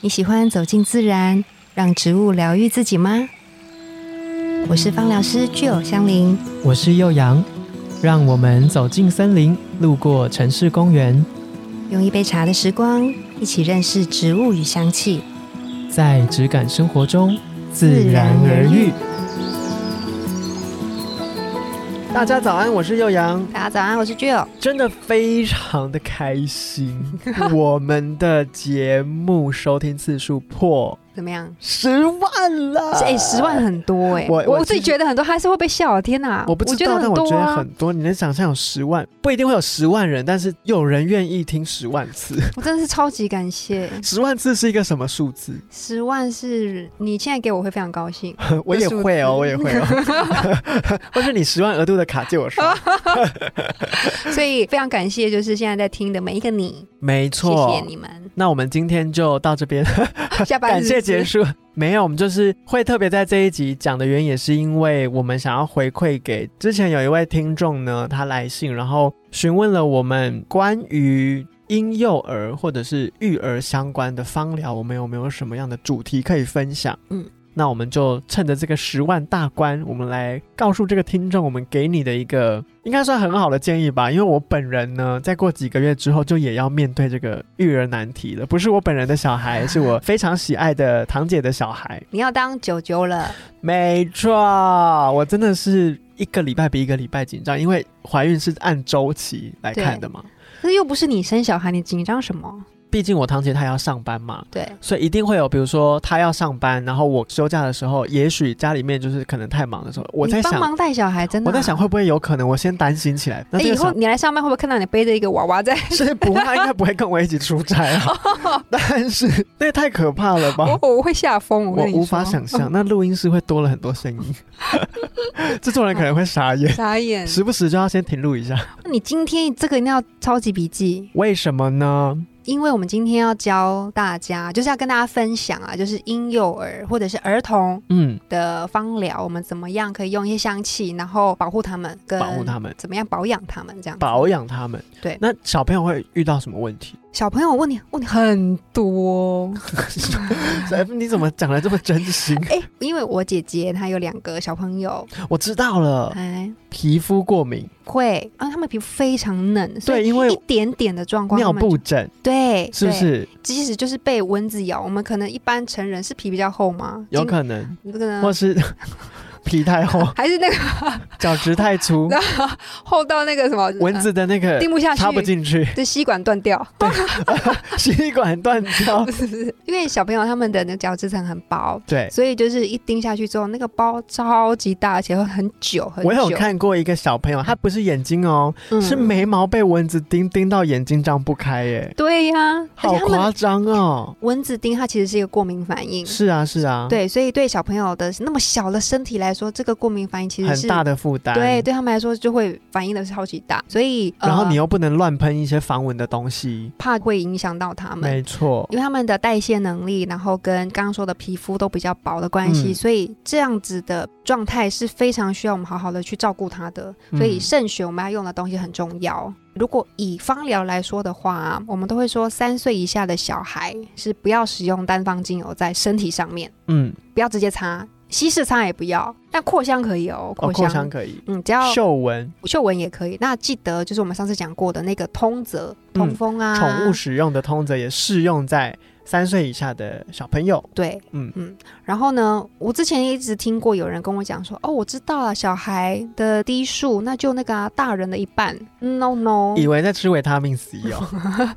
你喜欢走进自然，让植物疗愈自己吗？我是芳疗师具有香林，我是幼阳，让我们走进森林，路过城市公园，用一杯茶的时光，一起认识植物与香气。在质感生活中自然而愈。大家早安，我是幼阳，大家早安，我是具有。真的非常的开 心，我们的节目收听次数破怎么样？十万了，哎、十万很多哎、呃我我我自己其实觉得很多，还是会被笑啊。天哪，我不知觉得道，但很我多觉得啊很多。你能想象有十万，不一定会有十万人，但是有人愿意听十万次。 我真的是超级感谢。十万次是一个什么数字？十万是你现在给我会非常高 兴，我也这数嗯字会哦，我也会哦。 或是你十万额度的卡借我哦刷。所以非常感谢，就是现在在听的每一个你，没谢错，谢你们。那我们今天就到这边，下 班感日谢志结束。没有，我们就是会特别在这一集讲的原因，也是因为我们想要回馈给之前有一位听众呢，他来信，然后询问了我们关于婴幼儿或者是育儿相关的芳疗，我们有没有什么样的主题可以分享？嗯嗯。那我们就趁着这个十万大关，我们来告诉这个听众，我们给你的一个应该算很好的建议吧。因为我本人呢，再过几个月之后就也要面对这个育儿难题了。不是我本人的小孩，是我非常喜爱的堂姐的小孩。你要当九九了，没错，啊我真的是一个礼拜比一个礼拜紧张，因为怀孕是按周期来看的嘛。可是又不是你生小孩，你紧张什么？毕竟我堂姐她要上班嘛，对，所以一定会有，比如说她要上班，然后我休假的时候，也许家里面就是可能太忙的时候，我你在帮想，忙带小孩，真的啊、我在想会不会有可能，我先担心起来。那哎、这以个后小你来上班会不会看到你背着一个娃娃在？是不会，他应该不会跟我一起出差啊。 但是那也太可怕了吧！哦，我会吓疯，我我跟你无法说想 象，那录音室会多了很多声音，制作人可能会傻眼，傻眼。时不时就要先停录一下。那你今天这个一定要超级笔记，为什么呢？因为我们今天要教大家，就是要跟大家分享啊，就是婴幼儿或者是儿童嗯，的芳疗，我们怎么样可以用一些香气，然后保护他们，跟嗯保护他们，怎么样保养他们这样子。保养他们。对那小朋友会遇到什么问题？ 小朋友，我问你问你很多，你怎么讲的这么真 心？哎、因为我姐姐她有两个小朋友，我知道了，哎，皮肤过敏、会啊，他们皮肤非常嫩，所对以因为一点点的状况，尿他们就布疹，对，是不对？是即使就是被蚊子咬，我们可能一般成人是皮比较厚吗？有可能？能，这个呢或是 皮太厚、还是那个角质太粗， 厚到那个什么蚊、子的那个呃钉不下去，插不进去， 这吸管断掉，吸管断 掉不。是不是？因为小朋友他们的那个角质层很薄，对，所以就是一钉下去之后，那个包超级大，而且会很久很久。我有看过一个小朋友，他不是眼睛哦，嗯是眉毛被蚊子叮叮到眼睛张不开，耶，对呀、而好且他们夸张哦！蚊子叮它其实是一个过敏反应，是啊，是啊，，嗯对，所以对小朋友的那么小的身体来说，这个过敏反应其实很是大的负担。对，对他们来说就会反应的超级大，所以、呃、然后你又不能乱喷一些防蚊的东西，怕会影响到他们。没错，因为他们的代谢能力，然后跟刚刚说的皮肤都比较薄的关系，嗯所以这样子的状态是非常需要我们好好的去照顾它的。所以嗯慎选我们要用的东西很重要。如果以芳疗来说的话，啊我们都会说三岁以下的小孩是不要使用单方精油在身体上面，嗯，不要直接擦，稀释擦也不要，但扩香可以哦，哦，扩扩香。香可以，嗯，只要嗅闻，嗅闻也可以。那记得就是我们上次讲过的那个通则、通风啊，嗯宠物使用的通则也适用在三岁以下的小朋友。对，嗯嗯嗯。然后呢，我之前一直听过有人跟我讲说，哦，我知道了，小孩的滴数那就那个、啊、大人的一半。No no，以为在吃维他命 C 哦，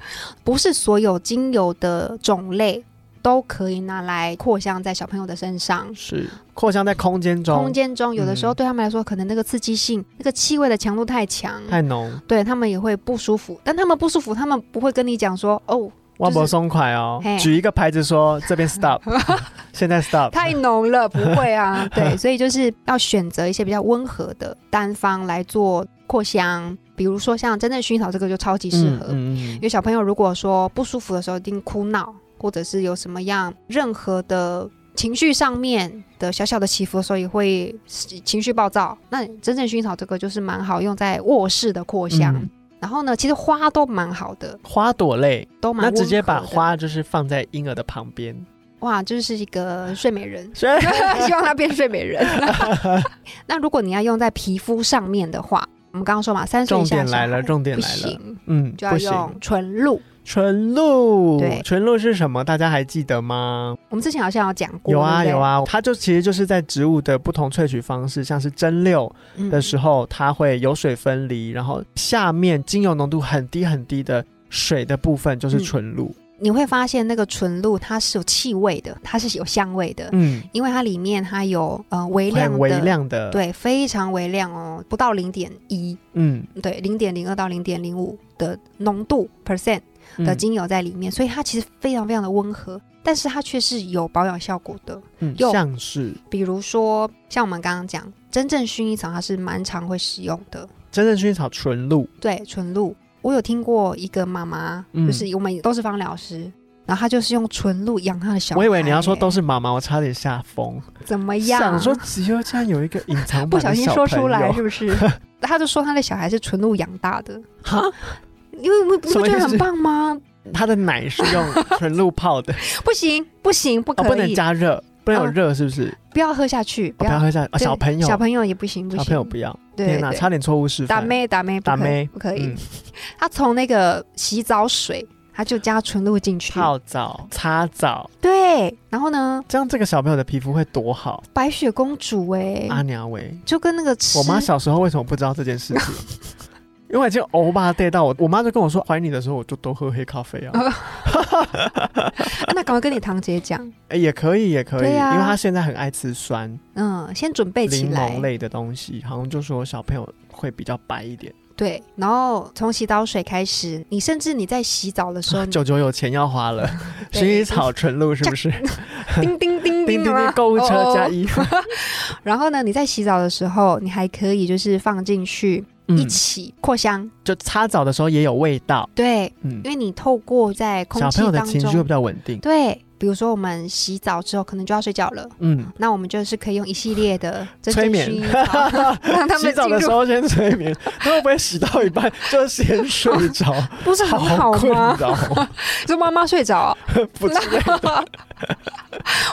不是所有精油的种类都可以拿来扩香在小朋友的身上。是扩香在空间中空间中，有的时候嗯对他们来说，可能那个刺激性、那个气味的强度太强，太浓，对他们也会不舒服。但他们不舒服，他们不会跟你讲说，哦，万博松快哦嘿，举一个牌子说这 边 stop，现在 stop，太浓了，不会 啊。对，所以就是要选择一些比较温和的单方来做扩香，比如说像真正薰衣草这个就超级适合，嗯嗯因为小朋友如果说不舒服的时候一定哭闹，或者是有什么样任何的。情绪上面的小小的起伏的时候，也会情绪暴躁。那真正薰衣草这个就是蛮好用在卧室的扩香，嗯然后呢，其实花都蛮好的，花朵类，都蛮那直接温和把的花就是放在婴儿的旁边，，哇，就是一个睡美人所以 希望它变睡美人。那如果你要用在皮肤上面的话，我们刚刚说嘛，三岁 重以下点的小来孩了，重点不来了，行，嗯，就要不用行，纯露。纯露，对纯露是什么？大家还记得吗？我们之前好像有讲过，有啊对不对有，啊，它就其实就是在植物的不同萃取方式，像是蒸馏嗯的时候，它会有水分离，然后下面精油浓度很低很低的水的部分就是嗯纯露，你会发现那个纯露它是有气味的，它是有香味的，嗯，因为它里面它有呃微量的很微量的，，对，非常微量哦，不到零点一，嗯，对，零点零二到零点零五的浓度 percent 嗯的精油在里面，所以它其实非常非常的温和，但是它却是有保养效果的。嗯有像是比如说，像我们刚刚讲，真正薰衣草它是蛮常会使用的，真正薰衣草纯露，对，纯露。我有听过一个妈妈，嗯就是我们都是芳疗师，然后她就是用纯露养她的小孩、我以为你要说都是是妈妈，我差点吓疯。怎么样？想说只有这样有一个隐藏版哎不小心的说小朋出来友是不是？ 她就说她的小孩是纯露养大的，哈，因为我不什觉么得意思很棒吗？他的奶是 用纯露泡的，不行，不行，不哦，可不能以，加热，不能有啊热，是不是？不要喝下去，哦不不要要喝下，哦对小朋友，小朋友也不行，不小行，朋友不要，对天哪，差对，点错误示打范。妹打妹不打可以妹不可以嗯，， 他从那个洗澡水，他就加纯露进去，泡澡、擦澡，对，然后呢，这样这个小朋友的皮肤会多好。白雪公主哎，阿娘喂，就跟那个吃啊我妈小时候为什么不知道这件事情？ 因为已经欧巴带到我，我妈就跟我说，怀你的时候我就多喝黑咖啡啊。哦啊那赶快跟你堂姐讲，哎，也可以，也可以，对啊因为她现在很爱吃酸嗯，先准备起柠来檬，类的东西，好像就说小朋友会比较白一点。对，然后从洗澡水开始，你甚至你在洗澡的时候，九九有钱要花了，嗯 对薰衣草纯露是不 是？叮叮叮叮叮叮，啊购物哦车哦加一，然后呢，你在洗澡的时候，你还可以就是放进去一 嗯，起扩香，就擦澡的时候也有味道，对，嗯因，为你透过在空小气朋友的当情绪会中比，较稳定，对，比如说我们洗澡之后可能就要睡觉了。嗯，那我们就是可以用一系列的真正催眠薰衣草，让 他洗们澡进的时入，候先催眠，他会不会洗到一半就先睡着？不 是很好困，你吗知？道吗？ 就妈妈睡着，啊 不知道，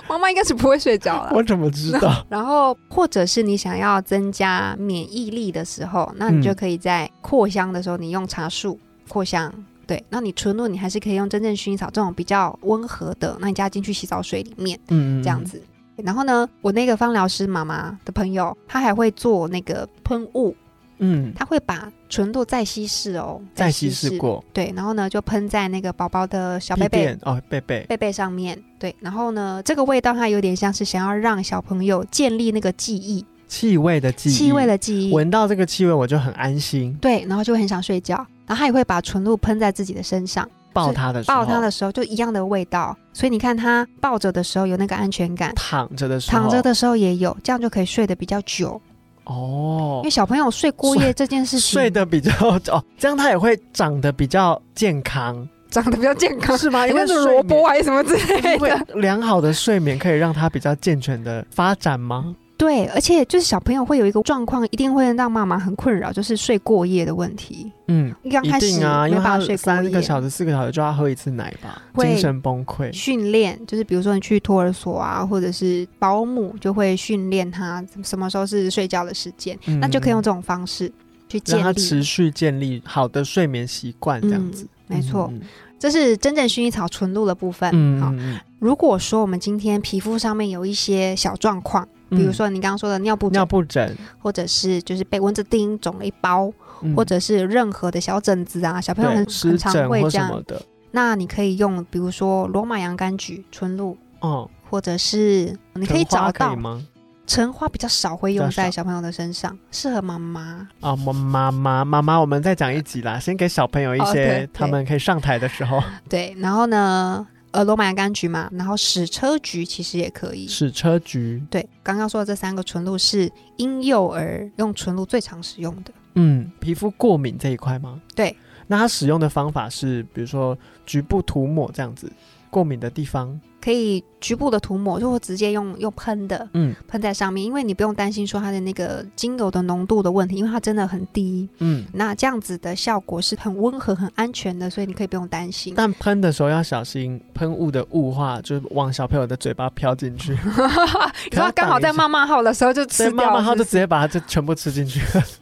妈妈应该是不会睡着了。我怎么知 道？然后，或者是你想要增加免疫力的时候，那嗯你就可以在扩香的时候，你用茶树扩香。对，那你纯露你还是可以用真正薰衣草这种比较温和的，那你加进去洗澡水里面嗯，这样，子。然后呢，我那个芳疗师妈妈的朋友，她还会做那个喷雾，嗯，她会把纯露再稀释哦，再稀释，过，对，然后呢就喷在那个宝宝的小屁贝贝垫哦，贝贝，贝贝上面，对，然后呢，这个味道它有点像是想要让小朋友建立那个记忆，气味的记忆，气味的记忆，闻到这个气味我就很安心。对，然后就会很想睡觉，然后他也会把纯露喷在自己的身上，抱他的时候，抱他的时候就一样的味道，所以你看他抱着的时候有那个安全感，躺着的时候，躺着的时候也有，这样就可以睡得比较久，因哦为，小朋友睡过夜这件事情，睡得比较 哦，这样他也会长得比较健 康，长得比较健康，是吗？因为是 睡萝眠卜还是什么之类 因为的，良好的睡眠可以让他比较健全的发展吗？对，而且就是小朋友会有一个状况，一定会让妈妈很困扰，就是睡过夜的问题。嗯，刚一开始定啊，因没为他办法睡过三夜，个小时、四个小时就要喝一次奶吧，会精神崩溃。训练就是比如说你去托儿所啊，或者是保姆就会训练他什么时候是睡觉的时间，嗯那就可以用这种方式去建让他立。持续建立好的睡眠习惯，这样子。嗯没错，嗯这是真正薰衣草纯露的部分。嗯，好，嗯如果说我们今天皮肤上面有一些小状况，嗯比如说你刚刚说的尿布尿疹，布疹，或者是就是被蚊子叮肿了一包，嗯或者是任何的小疹子啊，小朋友很对湿很疹常会或这什么样，的，那你可以用比如说罗马洋甘菊纯露，哦，或者是你可以橙花找可到以吗？橙花比较少会用比较少在小朋友的身上，适合妈妈。啊，妈妈妈妈妈，我们再讲一集啦，先给小朋友一哦些对他对们可以上台的时 候，对，然后呢，呃，罗马洋甘菊嘛，然后矢车菊其实也可以。矢车菊，对，刚刚说的这三个纯露是婴幼儿用纯露最常使用的。嗯，皮肤过敏这一块吗？对，那它使用的方法是，比如说局部涂抹这样子，过敏的地方。可以局部的涂抹，就会直接用用喷的，嗯喷在上面，因为你不用担心说它的那个精油的浓度的问题，因为它真的很低。嗯。那这样子的效果是很温和、很安全的，所以你可以不用担心。 但喷的时候要小心，喷雾的雾化就是往小朋友的嘴巴飘进 去， 你说刚好在骂骂号的时候就所以吃妈掉妈了，她就是直接把它就全部吃进去。不是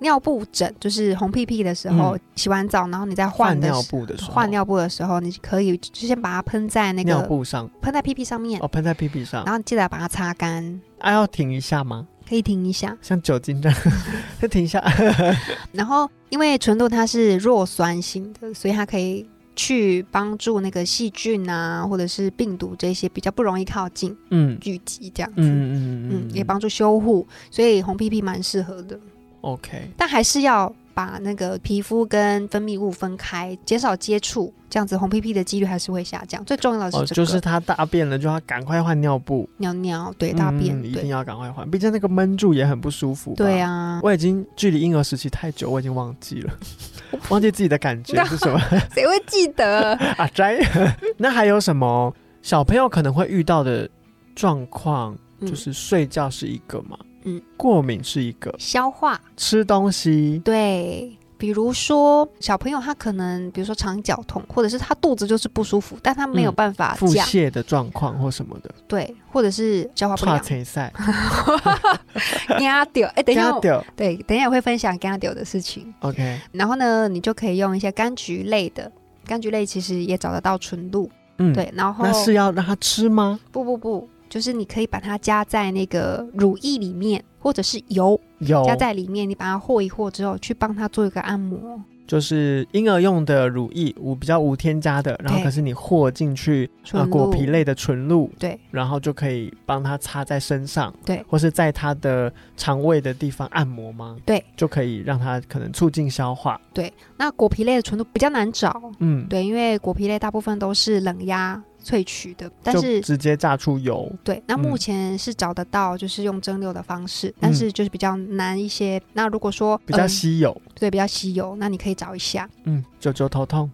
尿布疹，就是红屁屁的时候，嗯洗完澡然后你再 换换的尿时布的时候，换尿布的时候，你可以就先把它喷在那尿个布上喷在屁屁上面，哦，喷在屁屁上然，后记得把它擦干，啊要停一下吗？可以停一下。像酒精这样， 再停一下。 然后因为纯度它是弱酸性的，所以它可以去帮助那个细菌啊，或者是病毒这些比较不容易靠近嗯聚集这样子。嗯嗯嗯嗯嗯，也帮助修护，所以红屁屁蛮适合的， OK。但还是要把那个皮肤跟分泌物分开，减少接触，这样子红屁屁的几率还是会下降。最重要的哦，是这个、就是他大便了，就要赶快换尿布，尿尿，对大便，嗯一定对要赶快换，毕竟那个闷住也很不舒服。对，啊，我已经距离婴儿时期太久，我已经忘记 了，忘记自己的感觉是什么谁会记得？啊？摘。那还有什么小朋友可能会遇到的状况？嗯就是睡觉是一个嘛，嗯，过敏是一个，消化，吃东西，对，比如说小朋友他可能，比如说肠绞痛，或者是他肚子就是不舒服，但他没有嗯办法腹讲，泻的状况或什么的，对，或者是消化不跨 良，前赛，压掉。哎，等一下我，掉对，等一下我会分享压掉的事情。 ，OK，然后呢，你就可以用一些柑橘类的，柑橘类其实也找得到纯露，嗯，，对，然后那是要让他吃吗？不不不，就是你可以把它加在那个乳液里面，或者是油有，加在里面，你把它和一和之后，去帮它做一个按摩。就是婴儿用的乳液，无比较无添加的，然后对可是你和进去啊、纯露果皮类的纯露，对，然后就可以帮他擦在身上，对或是在他的肠胃的地方按摩吗？对，就可以让他可能促进消化，那果皮类的纯露比较难找，嗯，对，因为果皮类大部分都是冷压萃取的，但就是直接榨出油，对，那目嗯前是找得到，就是用蒸馏的方式，但是就是比较难一些。那如果说比较嗯稀有，对比较稀有，那你可以找一下。嗯，九九头 痛。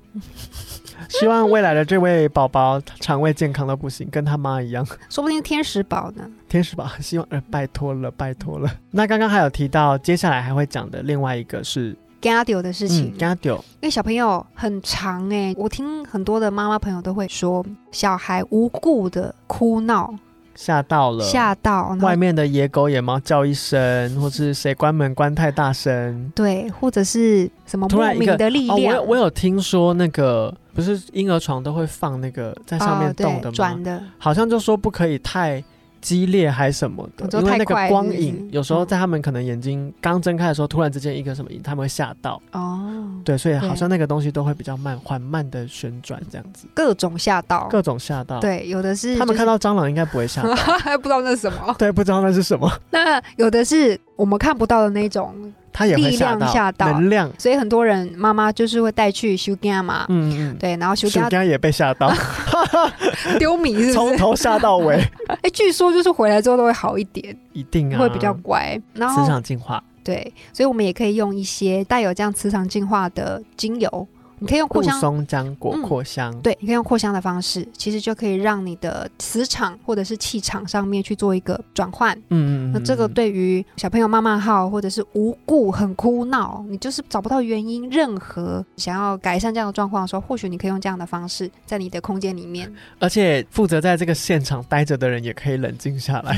希望未来的这位宝宝肠胃健康到不行，跟他妈一 样。说不定天使宝呢。天使吧，希望呃，拜托了，拜托了。那刚刚还有提到，接下来还会讲的另外一个是 g a d i o 的事情，嗯 g a d i 因为小朋友很长哎、我听很多的妈妈朋友都会说，小孩无故的哭闹，吓到了，吓到，然后外面的野狗野猫叫一声，或是谁关门关太大声。对，或者是什么突莫然一个名的力哦，我量，有我有听说那个不是婴儿床都会放那个在上哦面对动的吗？转的，好像就说不可以太激烈还什么的你，说因为太那个快光是不是影有时候嗯在他们可能眼睛刚睁开的时候，突然之间一个什么影，他们会吓到。哦，对，所以好对像那个东西都会比较慢，缓慢的旋转这样子，各种吓到，各种吓到。，对，有的是他们就是看到蟑螂应该不会 吓到。还不知道那是什 么。对，不知道那是什么，那有的是我们看不到的那种，他也会力吓量吓到能量。所以很多人妈妈就是会带去修家嘛，嗯嗯，对，然后修暑家假也被吓 到， 丢米是不从是？头吓到尾， 哎、据说就是回来之后都会好一点，一定啊，会比较乖。然磁后场进化，对，所以我们也可以用一些带有这样磁场净化的精油，你可以用扩雾香，松浆果嗯扩香，对，你可以用扩香的方式，其实就可以让你的磁场或者是气场上面去做一个转换。嗯嗯嗯，那这个嗯对于小朋友妈妈号，或者是无故很哭闹，你就是找不到原因，任何想要改善这样的状况的时候，或许你可以用这样的方式，在你的空间里面，而且负责在这个现场待着的人也可以冷静下 来，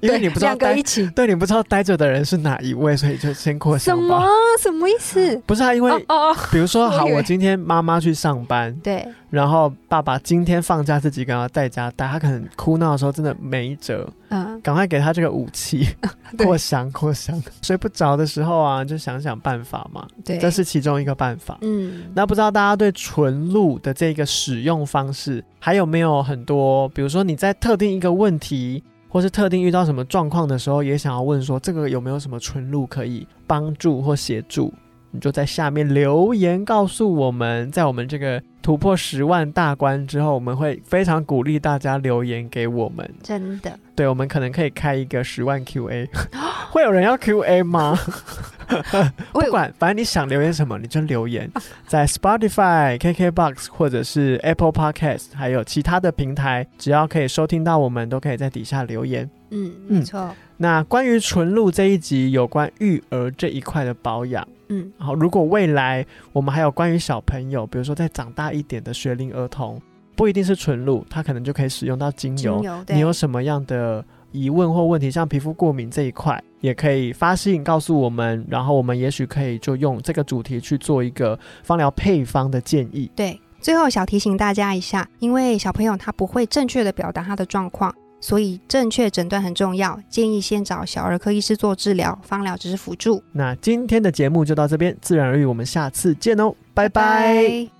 因为对你不知道两个待一起对你不知道待着的人是哪一位，所以就先扩什香么吧。什么意思？不是 啊，因为哦哦，哦比如说，我以好，为我今天妈妈去上班，对然后爸爸今天放假自己跟他在家待，他可能哭闹的时候真的没辙，嗯，赶快给他这个武器 对扩香扩香。睡不着的时候啊，就想想办法嘛，对，这是其中一个办法。嗯，那不知道大家对纯露的这个使用方式，还有没有很多？比如说你在特定一个问题，或是特定遇到什么状况的时候，也想要问说这个有没有什么纯露可以帮助或协助？你就在下面留言告诉我们，在我们这个突破十万大关之后，我们会非常鼓励大家留言给我们。真的，对，我们可能可以开一个十万 Q&A，会 有人要 Q&A 吗？我 不管，反正你想留言什么，你就留言，在 Spotify、KKBox 或者是 Apple Podcast，还有其他的平台，只要可以收听到我们，都可以在底下留言。嗯，嗯没错，那关于纯露这一集有关育儿这一块的保养，嗯然后如果未来我们还有关于小朋友，比如说在长大一点的学龄儿童，不一定是纯露，他可能就可以使用到精油。精油对你有什么样的疑问或问题，像皮肤过敏这一块，也可以发信告诉我们，然后我们也许可以就用这个主题去做一个芳疗配方的建议。对。最后小提醒大家一下，因为小朋友他不会正确的表达他的状况，所以正确诊断很重要。建议先找小儿科医师做治疗，芳疗只是辅助。那今天的节目就到这边，自然而语，我们下次见哦，拜拜拜